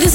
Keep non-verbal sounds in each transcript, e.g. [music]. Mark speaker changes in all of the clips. Speaker 1: this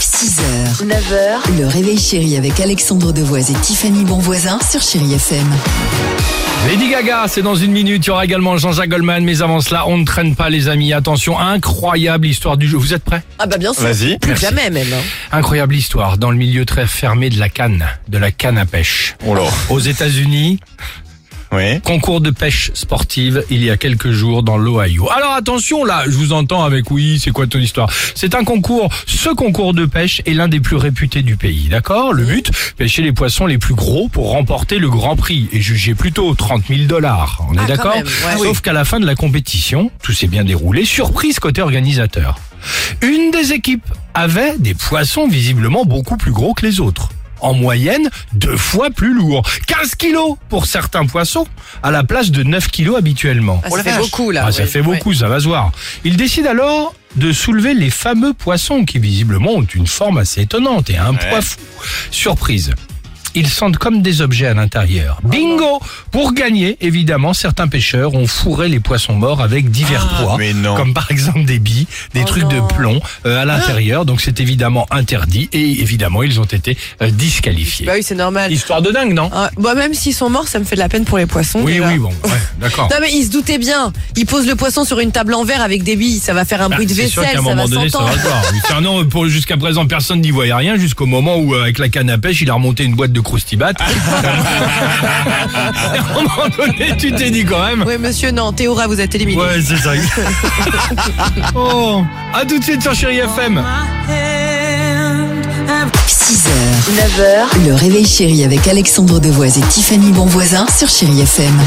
Speaker 2: 6h, 9h, le réveil chéri avec Alexandre Devoise et Tiffany Bonvoisin sur Chérie FM.
Speaker 3: Lady Gaga, c'est dans une minute. Il y aura également Jean-Jacques Goldman. Mais avant cela, on ne traîne pas, les amis. Attention, incroyable histoire du jeu. Vous êtes prêts
Speaker 2: Ah bah bien sûr,
Speaker 4: Vas-y.
Speaker 2: plus que jamais même. hein.
Speaker 3: Incroyable histoire dans le milieu très fermé de la canne, de la canne à pêche.
Speaker 4: Oh là.
Speaker 3: Aux États-Unis,
Speaker 4: Oui.
Speaker 3: concours de pêche sportive il y a quelques jours dans l'Ohio. Alors attention, là, je vous entends avec oui, c'est quoi ton histoire C'est un concours. Ce concours de pêche est l'un des plus réputés du pays, d'accord Le but pêcher les poissons les plus gros pour remporter le grand prix et juger plutôt 30 000 dollars. On
Speaker 2: Ah,
Speaker 3: est
Speaker 2: quand
Speaker 3: d'accord
Speaker 2: même, ouais.
Speaker 3: Sauf qu'à la fin de la compétition, tout s'est bien déroulé. Surprise côté organisateur. Une des équipes avait des poissons visiblement beaucoup plus gros que les autres. En moyenne, deux fois plus lourd. 15 kilos pour certains poissons, à la place de 9 kilos habituellement.
Speaker 2: Ah, ça fait beaucoup là.
Speaker 3: Ah, ça
Speaker 2: ouais.
Speaker 3: fait beaucoup, ça va se voir. Il décide alors de soulever les fameux poissons qui visiblement ont une forme assez étonnante et un poids fou. Surprise. Ils sentent comme des objets à l'intérieur. Bingo Pour gagner, évidemment, certains pêcheurs ont fourré les poissons morts avec divers poids,
Speaker 4: Ah, mais non.
Speaker 3: comme par exemple des billes,
Speaker 2: Oh
Speaker 3: des trucs de plomb
Speaker 2: Ah.
Speaker 3: euh, à l'intérieur. Donc c'est évidemment interdit et évidemment ils ont été euh, disqualifiés.
Speaker 2: Bah oui, c'est normal.
Speaker 3: Histoire de dingue, non
Speaker 2: Ah, bah, même s'ils sont morts, ça me fait de la peine pour les poissons.
Speaker 3: Oui,
Speaker 2: déjà.
Speaker 3: oui, bon, ouais, d'accord.
Speaker 2: Non mais ils se doutaient bien. Ils posent le poisson sur une table en verre avec des billes, ça va faire un
Speaker 3: Bah,
Speaker 2: bruit de
Speaker 3: c'est sûr
Speaker 2: vaisselle,
Speaker 3: qu'à un
Speaker 2: ça
Speaker 3: moment
Speaker 2: va
Speaker 3: donné, ça
Speaker 2: s'entendre.
Speaker 3: va se voir. Oui, enfin, non, pour- jusqu'à présent, personne n'y voyait rien, jusqu'au moment où, euh, avec la canne à pêche, il a remonté une boîte de
Speaker 2: [laughs]
Speaker 3: croustibat. à un moment donné, tu t'es dit quand même.
Speaker 2: Oui monsieur, non, Théora, vous êtes éliminé.
Speaker 3: Ouais,
Speaker 2: [laughs]
Speaker 3: c'est ça. oh, à tout de suite sur Chéri FM.
Speaker 2: 6h, 9h, le réveil chéri avec Alexandre Devoise et Tiffany Bonvoisin sur Chérie FM.